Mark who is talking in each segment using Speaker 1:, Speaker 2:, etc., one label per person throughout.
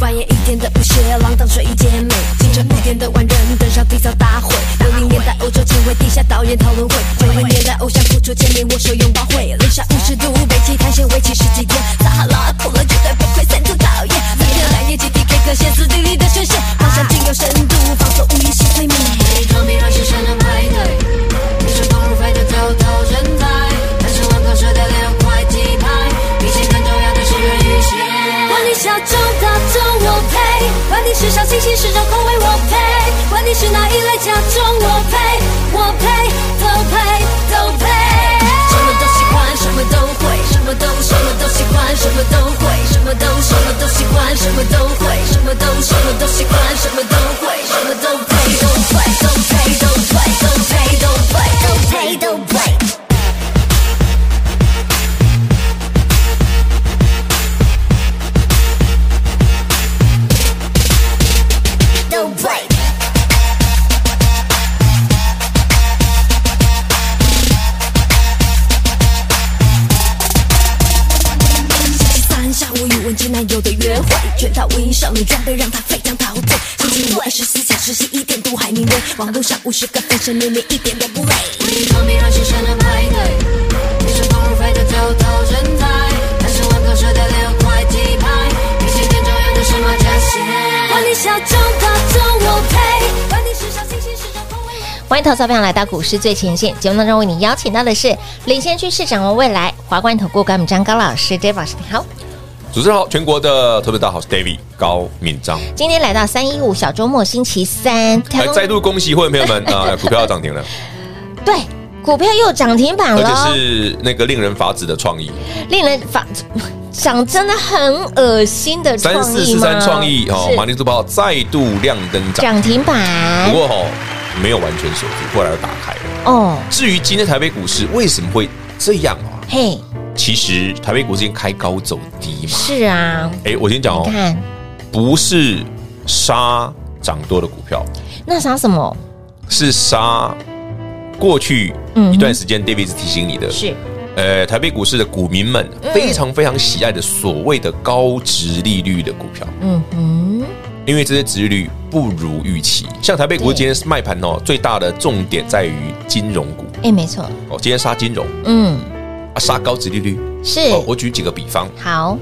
Speaker 1: 半夜一点的舞鞋，浪荡睡衣姐妹。清晨五点的万人登上地造大会。六零年代欧洲前卫地下导演讨论会，九零年代偶像付出见面握手拥抱会。零下五十度，北极探险为期十几天，撒哈拉苦了绝对不会三头讨厌。三天两夜集体 K 歌，歇斯底里的宣泄，放上精有深度，放松无意识催眠。
Speaker 2: 伪装迷让现实能排队，你是风如飞的头头身材，但是玩口水的六块鸡排，比起更重要的是遇见。
Speaker 1: 管你小众大众我配，管你是小清新是种口味我配，管你是哪一类小众我配，我配都配都配。什么都喜欢，什么都会，什么都什么都喜欢，什么都会，什么都什么都喜欢，什么都会，什么都什么都喜欢，什么都会，什么都配都配都配都配都配都配都配都配。no break. 星期三下午与文青男友的约会，全套文艺少女装备让她非常陶醉。星期五二十四小时洗一点读海明威，网络上五十个分身年龄一点都不累。
Speaker 2: 伪装迷让现实能排队，你是风如飞的头头身材，但是玩口水的六块鸡排，比起更重要的是马甲
Speaker 1: 管
Speaker 2: 线。
Speaker 1: 你小众大众我配，管你是小清新是种风味。
Speaker 3: 欢迎投资朋友来到股市最前线节目当中，为你邀请到的是领先趋势、掌握未来华冠投顾高敏章高老师 d a v i d 老师，你好。
Speaker 4: 主持人好，全国的特别大家好，我是 David 高敏章。
Speaker 3: 今天来到三一五小周末星期三，台
Speaker 4: 来
Speaker 3: 中
Speaker 4: 哎再度恭喜会员朋友们 啊，股票要涨停了，
Speaker 3: 对股票又涨停板
Speaker 4: 而
Speaker 3: 了，
Speaker 4: 且是那个令人发指的创意，
Speaker 3: 令人反讲真的很恶心的创意
Speaker 4: 三
Speaker 3: 吗
Speaker 4: 四四三创意哦
Speaker 3: 是，
Speaker 4: 马铃薯包再度亮灯涨，
Speaker 3: 涨停
Speaker 4: 不
Speaker 3: 板
Speaker 4: 过哦没有完全锁住，后来又打开了。
Speaker 3: 哦，
Speaker 4: 至于今天台北股市为什么会这样啊？
Speaker 3: 嘿，
Speaker 4: 其实台北股市今天开高走低嘛，
Speaker 3: 是啊，
Speaker 4: 哎，我先讲哦
Speaker 3: 你，看
Speaker 4: 不是杀涨多的股票，
Speaker 3: 那啥什么
Speaker 4: 是杀过去一段时间 David 一直提醒你的，
Speaker 3: 嗯是
Speaker 4: 呃，台北股市的股民们非常非常喜爱的所谓的高值利率的股票，
Speaker 3: 嗯哼
Speaker 4: 因为这些值利率不如预期。像台北股市今天卖盘哦，最大的重点在于金融股
Speaker 3: 哎没错，
Speaker 4: 哦，今天杀金融
Speaker 3: 嗯
Speaker 4: 啊，杀高值利率。
Speaker 3: 是
Speaker 4: 哦，我举几个比方，
Speaker 3: 好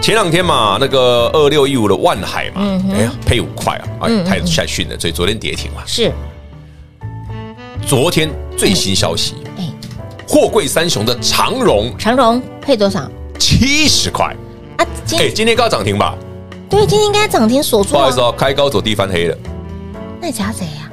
Speaker 4: 前两天嘛，那个二六一五的万海嘛
Speaker 3: 嗯，哼
Speaker 4: 哎呀，配五块啊，哎
Speaker 3: 嗯，
Speaker 4: 太太逊了，所以昨天跌停嘛。
Speaker 3: 是
Speaker 4: 昨天最新消息，
Speaker 3: 哎
Speaker 4: 货柜三雄的长荣
Speaker 3: 长荣配多少
Speaker 4: 七十块，
Speaker 3: 啊？今
Speaker 4: 哎，今天刚涨停吧？
Speaker 3: 对今天应该涨停锁住
Speaker 4: 不
Speaker 3: 啊
Speaker 4: 好意思哦，开高走低翻黑了。
Speaker 3: 那你查谁呀？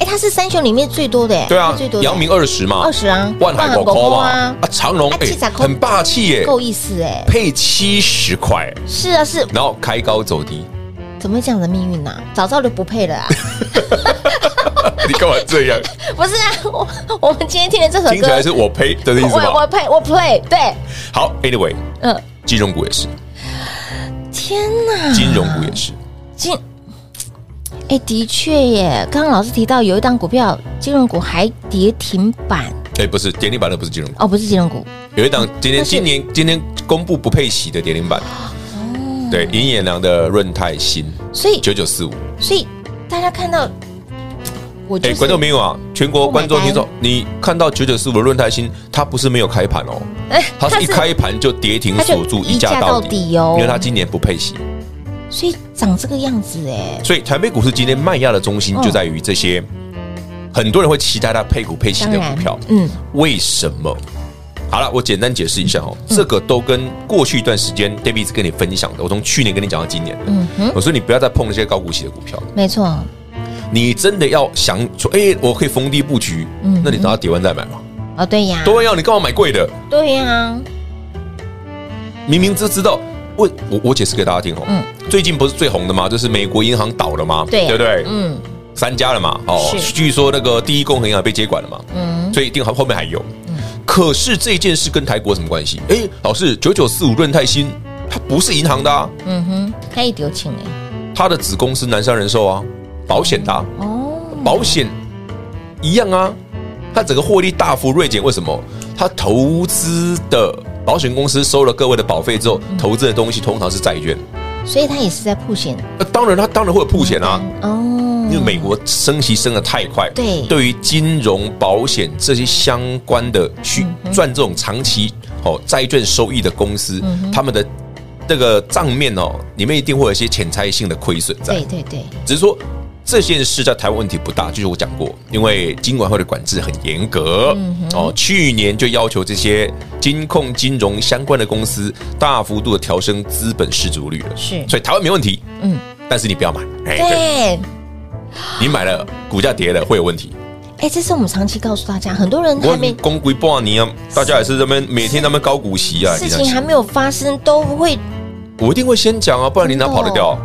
Speaker 3: 哎，它是三雄里面最多的哎，
Speaker 4: 对啊
Speaker 3: 它最多，的
Speaker 4: 阳明二十嘛，
Speaker 3: 20啊
Speaker 4: 万海
Speaker 3: 万海
Speaker 4: 狗
Speaker 3: 狗
Speaker 4: 狗
Speaker 3: 狗
Speaker 4: 嘛，
Speaker 3: 啊
Speaker 4: 啊，长荣
Speaker 3: 啊
Speaker 4: 哎
Speaker 3: 七十，块
Speaker 4: 很霸气耶，
Speaker 3: 够意思哎，
Speaker 4: 配七十块，
Speaker 3: 是啊是，
Speaker 4: 然后开高走低，
Speaker 3: 怎么会这样的命运呐？早知道就不配了啊！
Speaker 4: 你干嘛这样？
Speaker 3: 不是啊，我我们今天听的这首
Speaker 4: 听起来
Speaker 3: 歌，
Speaker 4: 是我赔的意思
Speaker 3: 我我
Speaker 4: 吗？
Speaker 3: 配我 play 对，
Speaker 4: 好，Anyway，
Speaker 3: 嗯，
Speaker 4: 金融股也是，
Speaker 3: 啊天哪，
Speaker 4: 金融股也是，
Speaker 3: 金，哎、的确耶，刚刚老师提到有一档股票，金融股还跌停板
Speaker 4: 哎，不是跌停板的不是金融股，
Speaker 3: 哦，不是金融股，
Speaker 4: 有一档今
Speaker 3: 那
Speaker 4: 天
Speaker 3: 是
Speaker 4: 今年今天公布不配息的跌停板，
Speaker 3: 哦
Speaker 4: 对，银眼良的润泰新
Speaker 3: 所以
Speaker 4: 九九四五，
Speaker 3: 所以大家看到我就
Speaker 4: 哎，
Speaker 3: 是、
Speaker 4: 观众朋友啊，全国观众听众，你看到九九四五润泰新，它不是没有开盘哦。
Speaker 3: 哎
Speaker 4: 它是一开盘就跌停锁住
Speaker 3: 它就
Speaker 4: 一
Speaker 3: 一
Speaker 4: 价到底
Speaker 3: 价到底哦
Speaker 4: 因为它今年不配息，
Speaker 3: 所以长这个样子哎，
Speaker 4: 所以台北股市今天卖压的中心就在于这些，很多人会期待它配股配息
Speaker 3: 嗯当
Speaker 4: 的
Speaker 3: 然
Speaker 4: 股票，
Speaker 3: 嗯，
Speaker 4: 为什么？好了，我简单解释一下哦，
Speaker 3: 嗯
Speaker 4: 这个都跟过去一段时间 David 跟你分享的，我从去年跟你讲到今年的，
Speaker 3: 嗯哼
Speaker 4: 我说你不要再碰那些高股息的股票，
Speaker 3: 没错，
Speaker 4: 你真的要想说，哎、我可以逢低布局，
Speaker 3: 嗯
Speaker 4: 那你等到跌完再买嘛。
Speaker 3: 哦，对呀，
Speaker 4: 对呀、你干嘛买贵的？
Speaker 3: 对呀，
Speaker 4: 明明知知道。问我我解释给大家听哦，
Speaker 3: 嗯
Speaker 4: 最近不是最红的吗？就是美国银行倒了吗？
Speaker 3: 对
Speaker 4: 对不对？
Speaker 3: 嗯
Speaker 4: 三家了嘛，哦，
Speaker 3: 是
Speaker 4: 据说那个第一工行啊被接管了嘛，
Speaker 3: 嗯，
Speaker 4: 所以一定后后面还有。可是这件事跟台股有什么关系？哎，老师，九九四五润泰新，它不是银行的啊，
Speaker 3: 嗯哼，他也丢请哎，
Speaker 4: 它的子公司南山人寿啊，保险的、啊，
Speaker 3: 哦，
Speaker 4: 保险一样啊，它整个获利大幅锐减，为什么？它投资的保险公司收了各位的保费之后，投资的东西通常是债券，
Speaker 3: 所以他也是在铺险
Speaker 4: 那当然它当然会有铺险啊，
Speaker 3: 哦，
Speaker 4: 因为美国升息升的太快，
Speaker 3: 对
Speaker 4: 对于金融、保险这些相关的去赚这种长期哦债券收益的公司，他们的这个账面哦，里面一定会有一些潜在性的亏损在
Speaker 3: 对。对对，
Speaker 4: 只是说这件事在台湾问题不大，就是我讲过，因为金管会的管制很严格、
Speaker 3: 嗯
Speaker 4: 哦，去年就要求这些金控、金融相关的公司大幅度的调升资本市足率了，
Speaker 3: 是
Speaker 4: 所以台湾没问题，
Speaker 3: 嗯，
Speaker 4: 但是你不要买，哎
Speaker 3: 对，
Speaker 4: 你买了，股价跌了会有问题。
Speaker 3: 哎，这是我们长期告诉大家，很多人
Speaker 4: 我
Speaker 3: 还没
Speaker 4: 公规半年啊，大家也是这边每天他们高股息啊，
Speaker 3: 事
Speaker 4: 你看
Speaker 3: 情还没有发生都会。
Speaker 4: 我一定会先讲啊，不然你
Speaker 3: 哦
Speaker 4: 哪跑得掉？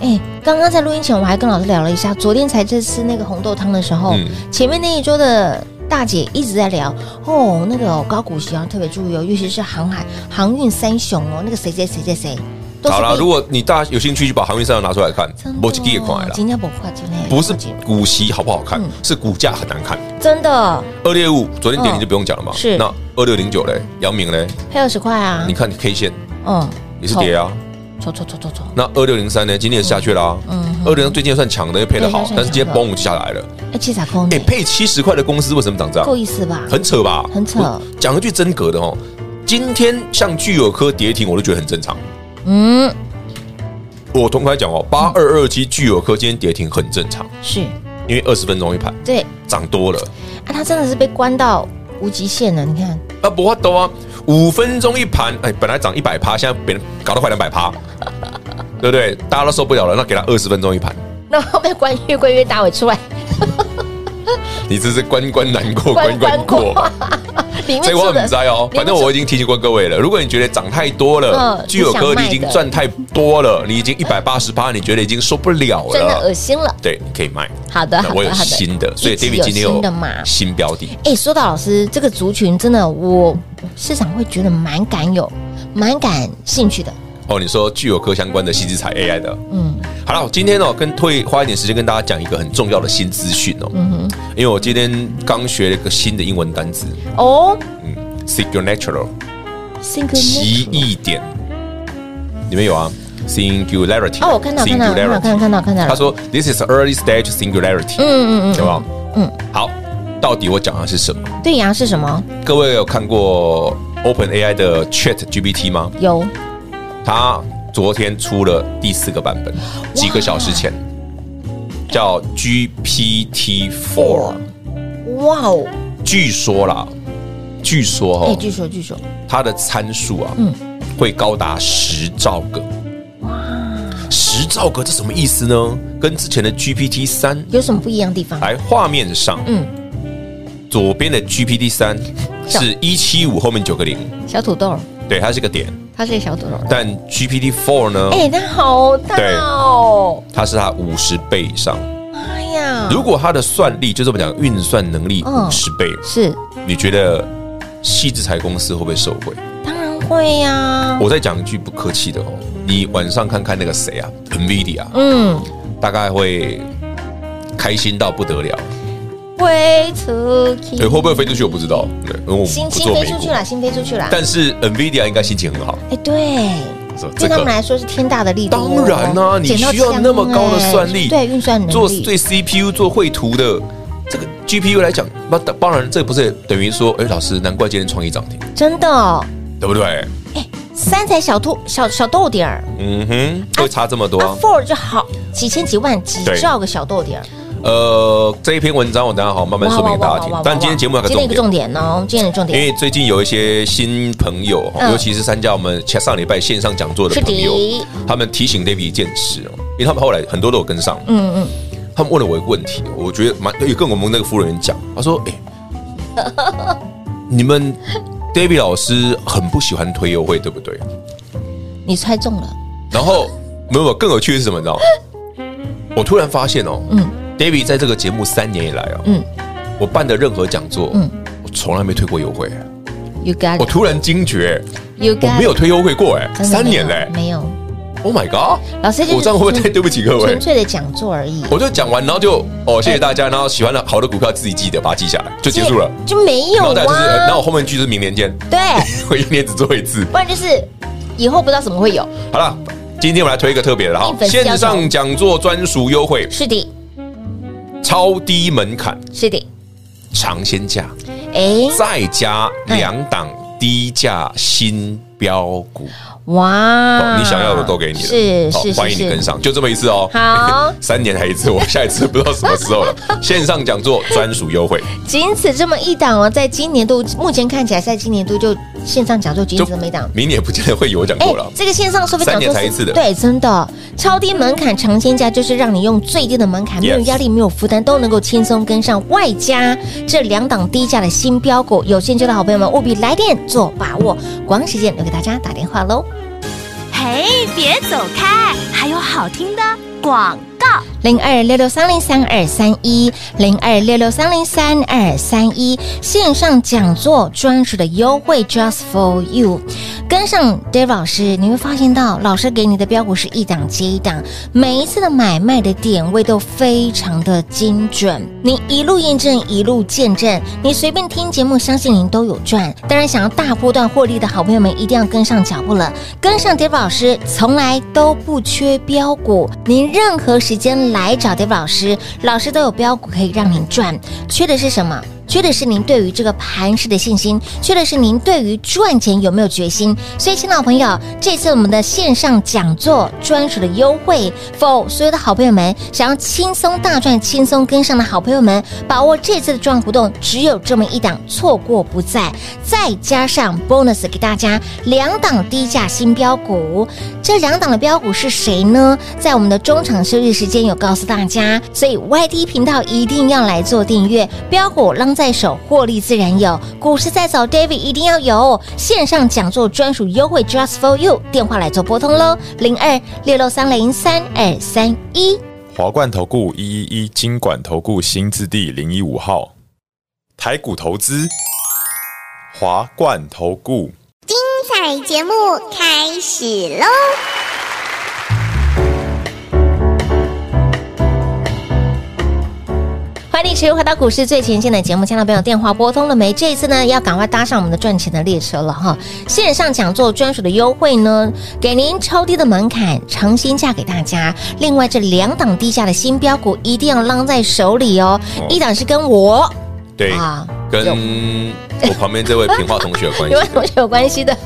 Speaker 3: 哎，刚刚在录音前我还跟老师聊了一下，昨天才在吃那个红豆汤的时候，
Speaker 4: 嗯
Speaker 3: 前面那一桌的大姐一直在聊哦，那个哦高股息要特别注意哦，尤其是航海航运三雄哦，那个谁谁谁谁谁都是
Speaker 4: 好啦，
Speaker 3: 被
Speaker 4: 如果你大家有兴趣，就把航运三雄拿出来看
Speaker 3: 真，
Speaker 4: 没几个看
Speaker 3: 的哦
Speaker 4: 啦，
Speaker 3: 今天不跨境嘞，
Speaker 4: 不是
Speaker 3: 没几个
Speaker 4: 股息好不好看
Speaker 3: 嗯，
Speaker 4: 是股价很难看。
Speaker 3: 真的
Speaker 4: 二六五昨天跌
Speaker 3: 嗯
Speaker 4: 停就不用讲了嘛，
Speaker 3: 是
Speaker 4: 那二六零九嘞，阳明嘞，
Speaker 3: 配二十块啊
Speaker 4: 你，看 K 线
Speaker 3: 嗯，
Speaker 4: 也是跌啊。
Speaker 3: 抽，抽抽抽抽抽，
Speaker 4: 那二六零三呢，今天也下去啦。
Speaker 3: 嗯
Speaker 4: 二六零最近算强的，又配得好
Speaker 3: 对它算强，的
Speaker 4: 但是今天嘣下来了。
Speaker 3: 哎，七彩空
Speaker 4: 哎，
Speaker 3: 呢，
Speaker 4: 配七十块的公司为什么涨这样？
Speaker 3: 够意思吧？
Speaker 4: 很扯吧？
Speaker 3: 很扯
Speaker 4: 我讲一句真格的哦，今天像聚友科跌停，我都觉得很正常。
Speaker 3: 嗯，
Speaker 4: 我同台讲哦，八二二七聚友科今天跌停很正常，
Speaker 3: 是
Speaker 4: 因为二十分钟一盘
Speaker 3: 对，
Speaker 4: 涨多了，
Speaker 3: 啊，他真的是被关到无极限了，你看，
Speaker 4: 啊，不怕多啊，五分钟一盘，哎，本来涨一百趴，现在别人搞到快两百趴， 对不对？大家都受不了了，那给他二十分钟一盘，
Speaker 3: 然后被关越关越大尾出来，
Speaker 4: 你这是关关难过关关 过。，
Speaker 3: 里面
Speaker 4: 这个我
Speaker 3: 住
Speaker 4: 很
Speaker 3: 的
Speaker 4: 在哦，反正我已经提醒过各位了。如果你觉得涨太多了
Speaker 3: 嗯，
Speaker 4: 聚友
Speaker 3: 不想
Speaker 4: 科
Speaker 3: 卖
Speaker 4: 你
Speaker 3: 的
Speaker 4: 已经赚太多了，你已经一百八十趴，你觉得已经受不了
Speaker 3: 真的恶
Speaker 4: 了，
Speaker 3: 心了。
Speaker 4: 对，你可以卖。
Speaker 3: 好的，
Speaker 4: 那
Speaker 3: 好
Speaker 4: 我有
Speaker 3: 的，好的。
Speaker 4: 新的，所以
Speaker 3: 一直
Speaker 4: David 今天
Speaker 3: 新
Speaker 4: 有
Speaker 3: 的嘛。
Speaker 4: 新标的，
Speaker 3: 哎，说到老师这个族群，真的我市场会觉得蛮感有、蛮感兴趣的。
Speaker 4: 哦，你说具有科相关的新资产 AI 的，
Speaker 3: 嗯，
Speaker 4: 好了，我今天哦跟会花一点时间跟大家讲一个很重要的新资讯哦，
Speaker 3: 嗯
Speaker 4: 因为我今天刚学了一个新的英文单词，
Speaker 3: 哦
Speaker 4: 嗯，signature
Speaker 3: ，single
Speaker 4: 奇异点，你们有啊？singularity
Speaker 3: 哦，我看到看到看到
Speaker 4: singularity
Speaker 3: 看到看到看到
Speaker 4: 他
Speaker 3: 了。
Speaker 4: 说 this is early stage singularity，
Speaker 3: 嗯嗯
Speaker 4: 对吧？
Speaker 3: 嗯，
Speaker 4: 好，到底我讲的是什么？
Speaker 3: 嗯，对呀，是什么？
Speaker 4: 各位有看过 Open AI 的 Chat GPT 吗？
Speaker 3: 有
Speaker 4: 它昨天出了第四个版本，几个小时前叫 GPT Four。
Speaker 3: 哇哦！
Speaker 4: 据说啦，据说
Speaker 3: 哎，
Speaker 4: 哦，
Speaker 3: 据嗯说据说，
Speaker 4: 它的参数啊，会高达十兆个。十兆个这什么意思呢？跟之前的 GPT 三，
Speaker 3: 有什么不一样的地方？
Speaker 4: 来画面上，
Speaker 3: 嗯
Speaker 4: 左边的 GPT 三
Speaker 3: 小
Speaker 4: 是一七五后面九个零，
Speaker 3: 小土豆，
Speaker 4: 对，它是个点。
Speaker 3: 它是个小土豆。
Speaker 4: 但 GPT Four 呢，
Speaker 3: 哎，它好大哦！
Speaker 4: 它是它五十倍以上。
Speaker 3: 妈呀！
Speaker 4: 如果它的算力就这么讲，运算能力
Speaker 3: 嗯
Speaker 4: 五十倍，
Speaker 3: 是，
Speaker 4: 你觉得细制裁公司会不会受惠？
Speaker 3: 当然会呀、
Speaker 4: 我再讲一句不客气的哦，你晚上看看那个谁啊，NVIDIA，
Speaker 3: 嗯，
Speaker 4: 大概会开心到不得了。
Speaker 3: 嗯飞出去，
Speaker 4: 对，会不会飞出去我不知道，对，因为我
Speaker 3: 新
Speaker 4: 们不
Speaker 3: 新
Speaker 4: 做
Speaker 3: 飞
Speaker 4: 美
Speaker 3: 出去
Speaker 4: 股。
Speaker 3: 了，新飞出去了。
Speaker 4: 但是 NVIDIA 应该心情很好，
Speaker 3: 哎，对，
Speaker 4: 是吧
Speaker 3: 对他们来说是天大的力度哦。
Speaker 4: 当然啦、你
Speaker 3: 捡到
Speaker 4: 需要
Speaker 3: 枪
Speaker 4: 那么高的
Speaker 3: 哎
Speaker 4: 算力，
Speaker 3: 对运算能力，
Speaker 4: 做对 CPU 做绘图的这个 GPU 来讲，那当当然这不是等于说，哎，老师，难怪今天创意涨停，
Speaker 3: 真的哦
Speaker 4: 对不对？
Speaker 3: 三彩小兔小小豆点儿，
Speaker 4: 嗯哼，会差这么多、
Speaker 3: 啊 four 就好几千几万几
Speaker 4: 对
Speaker 3: 兆个小豆点儿。
Speaker 4: 呃，这一篇文章我等一下好慢慢说明给大家听。但今天节目有个
Speaker 3: 今天
Speaker 4: 重
Speaker 3: 一个
Speaker 4: 点
Speaker 3: 重。点哦，今天的重
Speaker 4: 因
Speaker 3: 点
Speaker 4: 为最近有一些新朋友，
Speaker 3: 嗯
Speaker 4: 尤其是参加我们前上礼拜线上讲座的
Speaker 3: 是
Speaker 4: 朋友
Speaker 3: 的，
Speaker 4: 他们提醒 David 一件事哦，因为他们后来很多都有跟上。
Speaker 3: 嗯嗯，
Speaker 4: 他他们问了我一个问题，我觉得蛮也跟我们那个服务人员讲，他 说：“哎、你们 David 老师很不喜欢推优惠，对不对
Speaker 3: 你猜中了，？”
Speaker 4: 然后没有没有更有趣的是什么？你知道吗？
Speaker 3: 嗯
Speaker 4: 我突然发现哦，嗯，David 在这个节目三年以来啊，
Speaker 3: 嗯
Speaker 4: 嗯，我办的任何讲座，
Speaker 3: 嗯哎
Speaker 4: 嗯，我从来没推过优惠。
Speaker 3: ，You got
Speaker 4: 我
Speaker 3: it，
Speaker 4: 突然惊觉，
Speaker 3: You
Speaker 4: 我
Speaker 3: got，
Speaker 4: 没有推优惠过哎、
Speaker 3: 真的没有
Speaker 4: 三年嘞、
Speaker 3: 没有，
Speaker 4: o h my god！
Speaker 3: 老师就是
Speaker 4: 我这样会不会太对不起各位
Speaker 3: 纯？粹的讲座而已，
Speaker 4: 我就讲完，然后就哦，谢谢大家，
Speaker 3: 哎
Speaker 4: 然后喜欢的好的股票自己记得把它记下来，就结束了。
Speaker 3: 就就没
Speaker 4: 然
Speaker 3: 有
Speaker 4: 后再来就是，呃
Speaker 3: 啊
Speaker 4: 那，我后面句就是明年见，
Speaker 3: 对，
Speaker 4: 我一年只做一次。
Speaker 3: 不然就是以后不知道什么会有，
Speaker 4: 好了，今天我们来推一个特别的哈
Speaker 3: 应，粉丝要求
Speaker 4: 线上讲座专属优惠，
Speaker 3: 是的，
Speaker 4: 超低门槛，
Speaker 3: 是的，
Speaker 4: 尝鲜价，
Speaker 3: 哎，
Speaker 4: 再加两档低价新标股。
Speaker 3: 哇
Speaker 4: 哦，你想要的都给你了，
Speaker 3: 啊是
Speaker 4: 好
Speaker 3: 是
Speaker 4: 欢迎你跟
Speaker 3: 是，
Speaker 4: 上，就这么一次哦。
Speaker 3: 好
Speaker 4: 三年还一次，我下一次不知道什么时候了。 线上讲座专属优惠，
Speaker 3: 仅此这么一档哦，在今年度目前看起来，在今年度就线上讲座仅此这么一档。哎
Speaker 4: 明年不见得会有讲过了。
Speaker 3: 这个线上收费
Speaker 4: 三
Speaker 3: 讲
Speaker 4: 年
Speaker 3: 座
Speaker 4: 才
Speaker 3: 是
Speaker 4: 一次的
Speaker 3: 对，真的超低门槛尝鲜价，就是让你用最低的门槛，没有
Speaker 4: Yes
Speaker 3: 压力，没有负担，都能够轻松跟上。外加这两档低价的新标股，有兴趣的好朋友们务必来电做把握。广告时间留给大家打电话喽。
Speaker 1: 嘿，别走开，还有好听的广告。
Speaker 3: 零二六六三零三二三一，零二六六三零三二三一，线上讲座专属的优惠，just for you。跟上 Dave 老师，你会发现到老师给你的标股是一档接一档，每一次的买卖的点位都非常的精准，你一路验证一路见证，你随便听节目，相信您都有赚。当然，想要大波段获利的好朋友们，一定要跟上脚步了。跟上 Dave 老师，从来都不缺标股，您任何时间来找 Dave 老师，老师都有标股可以让您赚。缺的是什么？缺的是您对于这个盘势的信心，缺的是您对于赚钱有没有决心。所以，亲爱的朋友，这次我们的线上讲座专属的优惠，for 所有的好朋友们，想要轻松大赚、轻松跟上的好朋友们，把握这次的赚活动，只有这么一档，错过不再。再加上 bonus 给大家两档低价新标股，这两档的标股是谁呢？在我们的中场休息时间有告诉大家，所以 YT 频道一定要来做订阅，标股浪在手，获利自然有，股市在走，David 一定要有，线上讲座专属优惠 just for you，电话来做拨通喽，零二六六三零三二三一。
Speaker 5: 华冠投顾一一一金管投顾新字第零一五号，台股投资，华冠投顾。
Speaker 6: 彩节目开始喽！
Speaker 3: 欢迎持续回到股市最前线的节目，亲爱的朋友，电话拨通了没？这一次呢，要赶快搭上我们的赚钱的列车了哈！线上讲座专属的优惠呢，给您超低的门槛，尝鲜价给大家。另外，这两档低价的新标股一定要浪在手里哦。一档是跟我
Speaker 4: 对，
Speaker 3: 啊，有
Speaker 4: 跟我旁边这位平话同学有关 系
Speaker 3: 有位。同学有关系的。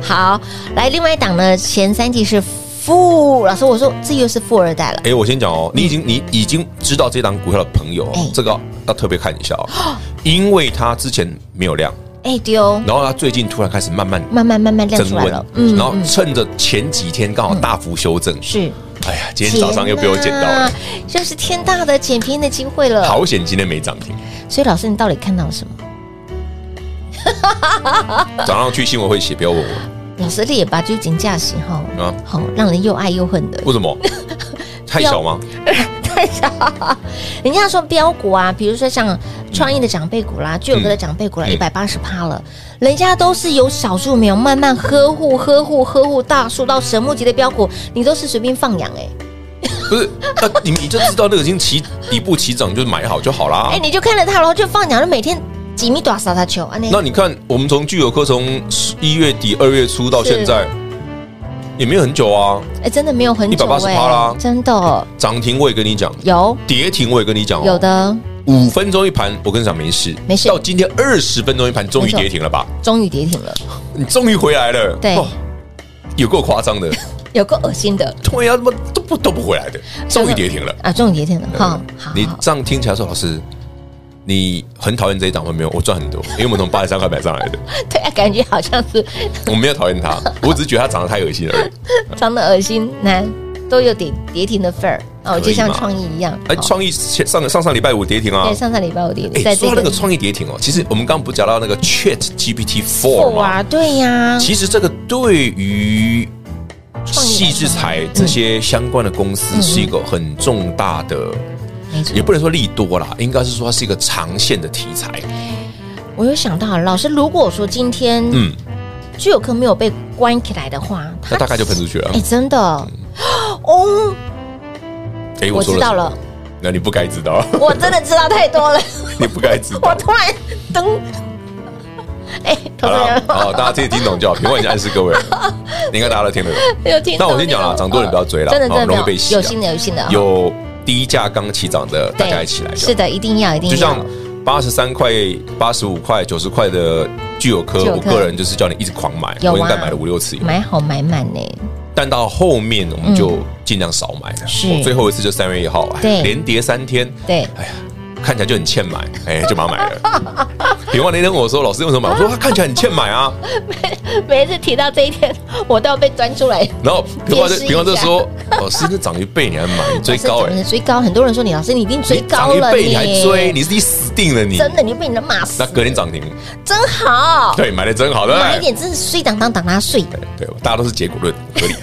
Speaker 3: 好，来，另外一档呢，前三季是富老师，我说这又是富二代了。
Speaker 4: 哎，我先讲
Speaker 3: 嗯
Speaker 4: 哦，你已经你已经知道这档股票的朋友
Speaker 3: 哎
Speaker 4: 哦，这个要特别看一下 哦，因为它之前没有量，
Speaker 3: 哎，丢、
Speaker 4: 然后它最近突然开始慢慢
Speaker 3: 慢慢慢慢亮
Speaker 4: 增
Speaker 3: 出来
Speaker 4: 温
Speaker 3: 了，，嗯
Speaker 4: 然后趁着前几天刚好大幅修正，
Speaker 3: 是。
Speaker 4: 哎呀，今天早上又被我捡到
Speaker 3: 嗯天
Speaker 4: 了
Speaker 3: 哪，，这是天大的捡便宜的机会了。，
Speaker 4: 好险今天没涨停，
Speaker 3: 所以老师，你到底看到了什么？呃
Speaker 4: 早上去新闻会写，不要问我
Speaker 3: 老师，你也把就井架时哈，
Speaker 4: 啊，
Speaker 3: 好、让人又爱又恨的。
Speaker 4: 为 什么？太小吗？
Speaker 3: 人家说标股啊，比如说像创意的长辈股啦、巨有哥的长辈股啦，一
Speaker 4: 嗯
Speaker 3: 百八十趴了，人家都是有少数没有慢慢呵护、呵护、呵护大树到神木级的标股，你都是随便放养哎、
Speaker 4: 不是，那你你就知道那个已经起底部起涨，就是买好就好啦
Speaker 3: 哎、。你就看着它，然后就放养，就每天几米多少它球啊那
Speaker 4: 那你看，我们从聚友科从一月底二月初到现在，也没有很久啊，
Speaker 3: 哎、真的没有很久
Speaker 4: 180
Speaker 3: 哎、
Speaker 4: 趴啦
Speaker 3: 真的
Speaker 4: 涨停我也跟你讲，
Speaker 3: 有
Speaker 4: 跌停我也跟你讲哦，
Speaker 3: 有的
Speaker 4: 五分钟一盘，我跟你讲没事，
Speaker 3: 没事
Speaker 4: 到今天二十分钟一盘，终于
Speaker 3: 没错
Speaker 4: 跌停了吧？
Speaker 3: 终于跌停了，
Speaker 4: 你终于回来了，哦
Speaker 3: 对
Speaker 4: 有够夸 张的，
Speaker 3: 有够恶心的。
Speaker 4: 突然要么都不都不回 来的，终于跌停了。
Speaker 3: 啊，终于跌停了哈。好，
Speaker 4: 你
Speaker 3: 好
Speaker 4: 这样听起来说，老师，你很讨厌这一档，我没有，我赚很多，因为我们从八十三块买上来 的，
Speaker 3: 对啊，感觉好像是哦
Speaker 4: 我没有讨厌它，我只是觉得它长得太恶心而已。
Speaker 3: 长得恶心男。都有跌跌停的份儿哦，
Speaker 4: 可以
Speaker 3: 就像
Speaker 4: 嘛
Speaker 3: 创意一样。
Speaker 4: 哎，
Speaker 3: 哦
Speaker 4: 创意前上个上上礼拜五跌停啊
Speaker 3: 对，，上上礼拜我跌停，
Speaker 4: 哎，
Speaker 3: 在
Speaker 4: 说
Speaker 3: 这
Speaker 4: 到那
Speaker 3: 个
Speaker 4: 个创意跌停哦，其实我们刚刚不是讲到那个 Chat GPT Four
Speaker 3: 错
Speaker 4: 吗？
Speaker 3: 啊，对呀，
Speaker 4: 其实这个对于
Speaker 3: 创意来嗯
Speaker 4: 细制裁这些相关的公司是一个很重大的，
Speaker 3: 没错
Speaker 4: 也。不能说利多啦，应该是说它是一个长线的题材。
Speaker 3: 我有想到，老师，如果说今天
Speaker 4: 嗯，
Speaker 3: 具有科没有被关起来的话，
Speaker 4: 那大概就嗯喷出去了
Speaker 3: 哎，。真的 哦，
Speaker 4: 哎，
Speaker 3: 我
Speaker 4: 说
Speaker 3: 知道
Speaker 4: 什么
Speaker 3: 了，，
Speaker 4: 那你不该知道，
Speaker 3: 我真的知道太多了，
Speaker 4: 你不该知
Speaker 3: 我
Speaker 4: 道。
Speaker 3: 突然噔， 哎，投
Speaker 4: 好
Speaker 3: 资
Speaker 4: 了
Speaker 3: 人，
Speaker 4: 好，大家自己听懂就好。平我已经暗示各位 了，你应该大家都听得懂。
Speaker 3: 有听
Speaker 4: 那
Speaker 3: 懂？
Speaker 4: 我先讲啦
Speaker 3: 有听懂
Speaker 4: 涨多了不要追啦
Speaker 3: 真的
Speaker 4: 哦
Speaker 3: 真的不
Speaker 4: 容易
Speaker 3: 要
Speaker 4: 被洗啊
Speaker 3: 有新的有新的，
Speaker 4: 有低价刚起涨的，大
Speaker 3: 对
Speaker 4: 家一起来就好。
Speaker 3: 是的，一定要一定
Speaker 4: 就像
Speaker 3: 要，
Speaker 4: 八十三块、八十五块、九十块的具有科
Speaker 3: 聚，友
Speaker 4: 我
Speaker 3: 科
Speaker 4: 个人就是叫你一直狂买，
Speaker 3: 有啊
Speaker 4: 我应该买了五六次有。
Speaker 3: 买好买满呢，
Speaker 4: 但到后面我们就尽量少买了。
Speaker 3: 嗯是
Speaker 4: 我最后一次就三月一号，哎
Speaker 3: 对
Speaker 4: 连跌三天，
Speaker 3: 对，
Speaker 4: 哎呀，看起来就很欠买，哎，就把它买了。 平旺那天问我说：“老师为什么买？”我说：“他看起来很欠买啊。
Speaker 3: 每一次提到这一天，我都要被钻出来。”
Speaker 4: 然后平旺就
Speaker 3: 解释一下
Speaker 4: 平旺就说：“老师，那涨一倍你还买？你追高
Speaker 3: 老师怎
Speaker 4: 哎
Speaker 3: 么，追高，很多人说你老师你已经追
Speaker 4: 你
Speaker 3: 高
Speaker 4: 涨一
Speaker 3: 了，
Speaker 4: 倍你还追，你自己死定了你。”
Speaker 3: 真的你被你的骂死
Speaker 4: 那，隔天涨停，
Speaker 3: 真好，
Speaker 4: 对，买的真好，对不
Speaker 3: 买一
Speaker 4: 对？
Speaker 3: 点真是碎当当当他碎。
Speaker 4: 对，大家都是结果论，合理。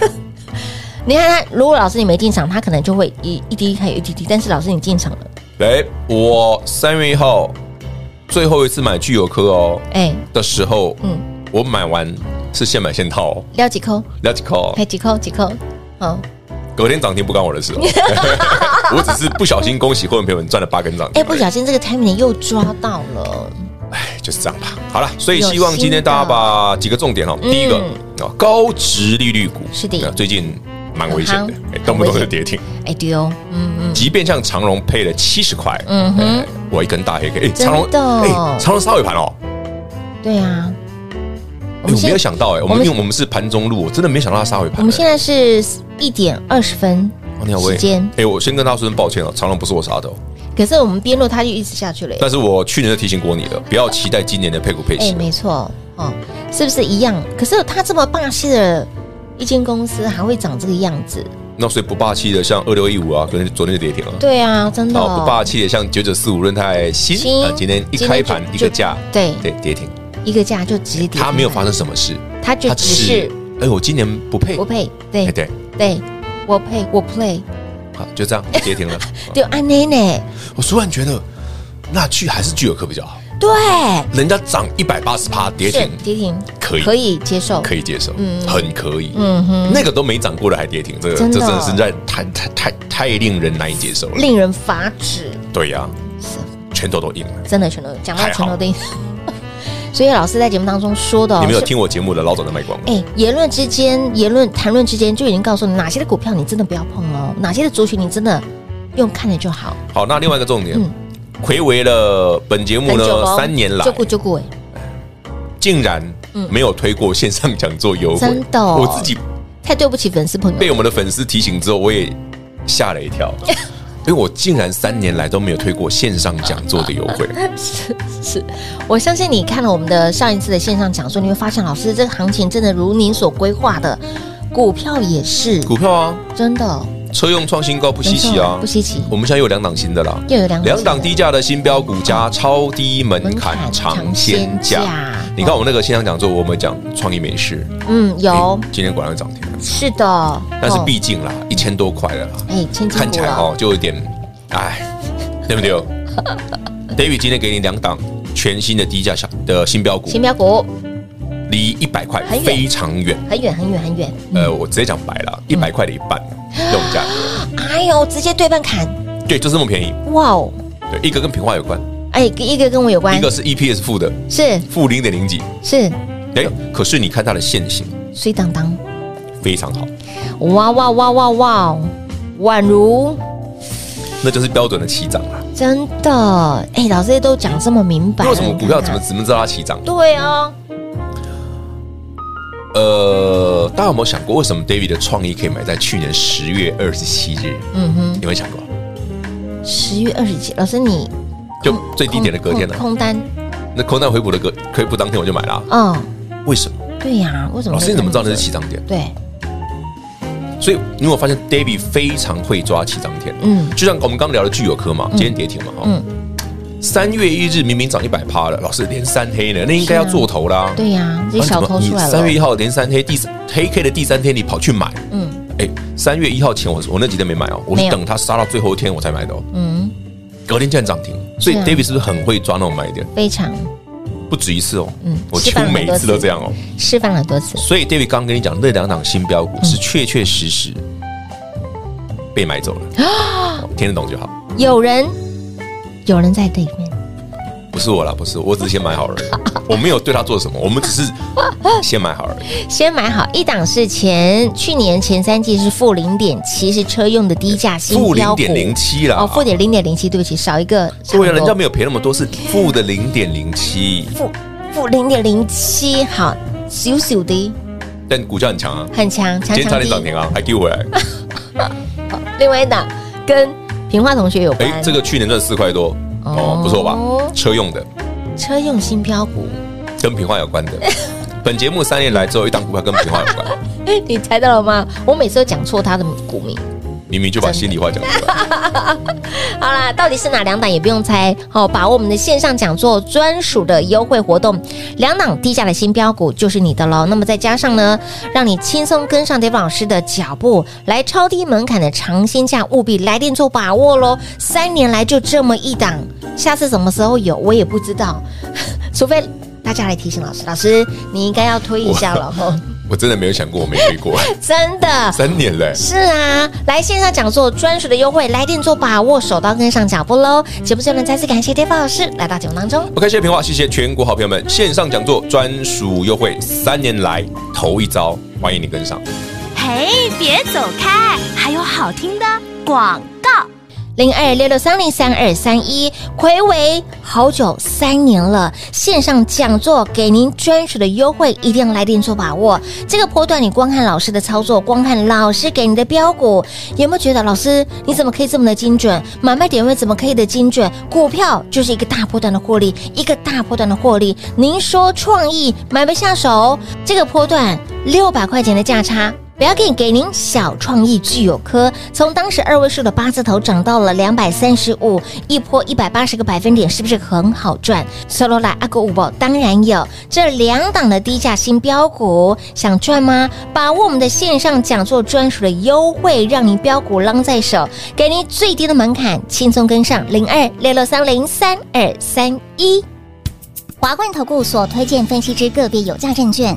Speaker 3: 你看他，如果老师你没进场，他可能就会一一滴还有一滴滴，但是老师你进场了，
Speaker 4: 来，我三月一号最后一次买聚友科哦
Speaker 3: 哎，
Speaker 4: 的时候，
Speaker 3: 嗯
Speaker 4: 嗯，我买完是现买现套哦
Speaker 3: 撩几扣，
Speaker 4: ，Let's call，
Speaker 3: 哎，几扣几扣，哦好，
Speaker 4: 隔天涨停不干我的事 哦，我只是不小心恭喜会员朋友们赚了八根涨
Speaker 3: 哎，
Speaker 4: 停而已，
Speaker 3: 不小心这个 timing 又抓到了，
Speaker 4: 哎就是这样吧。好了，所以希望今天大家把几个重点哦，
Speaker 3: 嗯
Speaker 4: 第一个哦，高值利率股
Speaker 3: 是的
Speaker 4: 那最近蛮危险的
Speaker 3: 很夯，
Speaker 4: 哎动不动
Speaker 3: 很危险
Speaker 4: 就跌停。
Speaker 3: 哎对哦，嗯嗯，
Speaker 4: 即便像长荣配了七十块，
Speaker 3: 嗯
Speaker 4: 嗯
Speaker 3: 哼
Speaker 4: 哼，我一根大黑 K，哎，
Speaker 3: 真
Speaker 4: 长荣，
Speaker 3: 的
Speaker 4: 哎，长荣杀尾盘哦，
Speaker 3: 对啊，
Speaker 4: 哎我没有想到哎，我
Speaker 3: 我
Speaker 4: 们
Speaker 3: 们
Speaker 4: 因为我们是盘中路，我真的没想到它杀尾盘。哎
Speaker 3: 我们现在是一点二十分
Speaker 4: 哦你好，
Speaker 3: 时
Speaker 4: 喂，
Speaker 3: 间，
Speaker 4: 哎，我先跟大家说声抱歉哦，长隆不是我杀的哦，
Speaker 3: 可是我们边路他就一直下去了耶，
Speaker 4: 但是我去年就提醒过你了，不要期待今年的配股配
Speaker 3: 哎，
Speaker 4: 息。
Speaker 3: 没错，哦，是不是一样？可是他这么霸气的一间公司还会长这个样子，
Speaker 4: 那所以不霸气的像二六一五啊，可能昨天就跌停了。
Speaker 3: 对啊，真的
Speaker 4: 然后
Speaker 3: 哦，
Speaker 4: 不霸气的像九九四五润泰
Speaker 3: 新
Speaker 4: 新啊，今天一
Speaker 3: 今天
Speaker 4: 开
Speaker 3: 就
Speaker 4: 盘一
Speaker 3: 就
Speaker 4: 个价，
Speaker 3: 对
Speaker 4: 对跌停，
Speaker 3: 一个价就直接跌，
Speaker 4: 它没有发生，什么事，
Speaker 3: 他就
Speaker 4: 它
Speaker 3: 只是
Speaker 4: 哎，我今年不配
Speaker 3: 我，配，对
Speaker 4: 哎对，
Speaker 3: 对，我配我 play，啊
Speaker 4: 好就这样跌 停了。啊
Speaker 3: 就安内呢，
Speaker 4: 我突然觉得那去还是聚友科比较好，
Speaker 3: 对，
Speaker 4: 人家涨一百八十趴跌
Speaker 3: 是
Speaker 4: 停
Speaker 3: 跌停，
Speaker 4: 可以
Speaker 3: 可以接受，
Speaker 4: 可
Speaker 3: 以，
Speaker 4: 以接受，
Speaker 3: 嗯
Speaker 4: 很可以，
Speaker 3: 嗯哼，
Speaker 4: 那个都没涨过的还跌停，这个
Speaker 3: 真的
Speaker 4: 这真的是在太太太太令人难以接受了。
Speaker 3: 令人发指，
Speaker 4: 对呀、
Speaker 3: 是哦
Speaker 4: 拳头都硬了。
Speaker 3: 真的全都讲到
Speaker 4: 还好
Speaker 3: 全都定。 所以老师在节目当中说的、哦，
Speaker 4: 你没有
Speaker 3: 是
Speaker 4: 听我节目的，老早就卖光了。
Speaker 3: 哎，言论之间、言论谈论之间就已经告诉你哪些的股票你真的不要碰哦，哪些的族群你真的用看着就好。
Speaker 4: 好，那另外一个重点
Speaker 3: 哎嗯，
Speaker 4: 回违了本节目
Speaker 3: 很久
Speaker 4: 呢
Speaker 3: 了
Speaker 4: 三年来
Speaker 3: 就，顾就顾哎，
Speaker 4: 竟然没有推过线上讲座优惠
Speaker 3: 真，的哦
Speaker 4: 我自己
Speaker 3: 太对不起粉丝朋友
Speaker 4: 被
Speaker 3: 了。
Speaker 4: 我们的粉丝提醒之后，我也吓了 一跳，因为我竟然三年来都没有推过线上讲座的优惠。
Speaker 3: 我相信你看了我们的上一次的线上讲座，你会发现老师这个行情真的如您所规划的，股票也是
Speaker 4: 股票啊，
Speaker 3: 真的哦
Speaker 4: 车用创新高不
Speaker 3: 不
Speaker 4: 稀奇啊
Speaker 3: 哦不，稀奇。
Speaker 4: 我们现在有两档新的啦，
Speaker 3: 又有两
Speaker 4: 两档低价的新标股加超低门
Speaker 3: 门槛
Speaker 4: 槛
Speaker 3: 尝
Speaker 4: 尝
Speaker 3: 鲜
Speaker 4: 鲜
Speaker 3: 价
Speaker 4: 价。你看我们那个线上讲座，我们讲创意美食，
Speaker 3: 嗯，有
Speaker 4: 诶今天果然有涨停，
Speaker 3: 是的，
Speaker 4: 但哎是
Speaker 3: 哦
Speaker 4: 毕竟啦，一千多块了啦，
Speaker 3: 哎千金股
Speaker 4: 看起来
Speaker 3: 了
Speaker 4: 哦就有点，哎，对 不对？David 今天给你两档全新的低价上的新标股，
Speaker 3: 新标股
Speaker 4: 离一百块
Speaker 3: 很远
Speaker 4: 非常远。
Speaker 3: 很远很远很远，嗯
Speaker 4: 呃，我直接讲白了，一百块的一半用价，
Speaker 3: 哎呦，直接对半砍，
Speaker 4: 对，就这么便宜。
Speaker 3: 哇哦！
Speaker 4: 对，一个跟平花有关，
Speaker 3: 哎，一个跟我有关
Speaker 4: 一，个是 EPS 负的
Speaker 3: 是
Speaker 4: 负零点零几，
Speaker 3: 是
Speaker 4: 哎，可是你看它的线型
Speaker 3: 水当当，
Speaker 4: 非常好，
Speaker 3: 哇哇哇哇哇，哦宛如
Speaker 4: 那就是标准的起涨啦。
Speaker 3: 真的，哎，老师都讲这么明白，
Speaker 4: 为什么股票
Speaker 3: 你看
Speaker 4: 怎么
Speaker 3: 啊
Speaker 4: 怎么知道它起涨？
Speaker 3: 对啊？
Speaker 4: 呃，大家有没有想过，为什么 David 的创意可以买在去年十月二十七日？
Speaker 3: 嗯哼，
Speaker 4: 有没有想过？
Speaker 3: 十月二十七，老师你
Speaker 4: 就最低点的隔天啊
Speaker 3: 空
Speaker 4: 了，
Speaker 3: 空单，
Speaker 4: 那空单回补的隔回补当天我就买了啊，
Speaker 3: 嗯，
Speaker 4: 为什么？
Speaker 3: 对呀，为什么？
Speaker 4: 老师你怎么知道那是起？涨点？
Speaker 3: 对，
Speaker 4: 所以你有没有发现 David 非常会抓起涨点？
Speaker 3: 嗯
Speaker 4: 嗯，就像我们刚聊的聚友科嘛，今天跌停嘛，哈。三月一日明明涨一百趴了，老师连三黑呢，那应该要做头啦。
Speaker 3: 对呀，这
Speaker 4: 啊
Speaker 3: 小
Speaker 4: 怎么
Speaker 3: 偷
Speaker 4: 你
Speaker 3: 出来
Speaker 4: 三月一
Speaker 3: 了，
Speaker 4: 号连三黑，第三黑 K 的第三天你跑去买，嗯，哎，三月一号前我我那几天没买哦，我
Speaker 3: 没
Speaker 4: 是
Speaker 3: 有
Speaker 4: 等它杀到最后一天我才买的哦，
Speaker 3: 嗯，
Speaker 4: 隔天竟然涨停，所以
Speaker 3: 是啊
Speaker 4: David 是不是很会抓那种买点？
Speaker 3: 非常
Speaker 4: 不止一次哦，
Speaker 3: 嗯
Speaker 4: 我
Speaker 3: 示
Speaker 4: 几
Speaker 3: 范
Speaker 4: 乎
Speaker 3: 了很
Speaker 4: 每
Speaker 3: 多
Speaker 4: 一
Speaker 3: 次
Speaker 4: 次都这样哦。
Speaker 3: 示范了多次，
Speaker 4: 所以 David 刚跟你讲那两档新标股
Speaker 3: 嗯
Speaker 4: 是确确实实被 买走了，哦听得懂就好。
Speaker 3: 有人有人在里面，
Speaker 4: 不是我啦，不是我，我只是先买好而 已，我没有对他做什么，我们只是先买好而 已。
Speaker 3: 先买好一档是前去年前三季是负零点七，是车用的低价新
Speaker 4: 负零
Speaker 3: 标股
Speaker 4: 点零七啊啦，
Speaker 3: 哦，负点零点零七，对不起，少一个长
Speaker 4: 对啊，
Speaker 3: 多，
Speaker 4: 人家没有赔那么多，是负的零点零七，
Speaker 3: 负负零点零七，好，小小的
Speaker 4: 但股价很强啊，
Speaker 3: 很强，强
Speaker 4: 今天差
Speaker 3: 强
Speaker 4: 点涨停
Speaker 3: 的。
Speaker 4: 啊，还丢 回来。
Speaker 3: 另外一档跟平化同学有关，
Speaker 4: 哎，这个去年赚四块多，
Speaker 3: 哦
Speaker 4: 哦，不错吧？车用的
Speaker 3: 车用新标股，
Speaker 4: 跟平花 有关的。本节目三年来只有一档股票跟平花有关，
Speaker 3: 你猜到了吗？我每次都讲错他的股名。
Speaker 4: 明明就把心里话讲出来。
Speaker 3: 好啦，到底是哪两档也不用猜，好、把握我们的线上讲座专属的优惠活动，两档低价的新标股就是你的喽。那么再加上呢，让你轻松跟上 David 老师的脚步，来超低门槛的尝鲜价，务必来电做把握喽。三年来就这么一档，下次什么时候有我也不知道， 除非大家来提醒老师，老师你应该要推一下了吼，
Speaker 4: 我真的没有想过，我没追过，
Speaker 3: 真的。
Speaker 4: 三年嘞。
Speaker 3: 是啊，来线上讲座专属的优惠，来电做把握，手刀跟上脚步喽！节目最后呢，再次感谢 David 老师来到节目当中。
Speaker 4: OK，谢谢平话，谢谢全国好朋友们，线上讲座专属优惠，三年来头一遭，欢迎你跟上。
Speaker 6: 嘿，别走开，还有好听的广告。
Speaker 3: 零二六六三零三二三一，暌违好久三年了，线上讲座给您专属的优惠，一定要来电做把握。这个波段你光看老师的操作，光看老师给你的标股，有没有觉得老师你怎么可以这么的精准？买卖点位怎么可以的精准？股票就是一个大波段的获利，一个大波段的获利。您说创意买不下手，这个波段六百块钱的价差。不要给给您小创意具有科，从当时二位数的八字头涨到了两百三十五，一波一百八十个百分点，是不是很好赚？Solo 来阿狗五宝当然有，这两档的低价新标股，想赚吗？把握我们的线上讲座专属的优惠，让您标股浪在手，给您最低的门槛，轻松跟上零二六六三零三二三一。
Speaker 7: 华冠投顾所推荐分析之个别有价证券，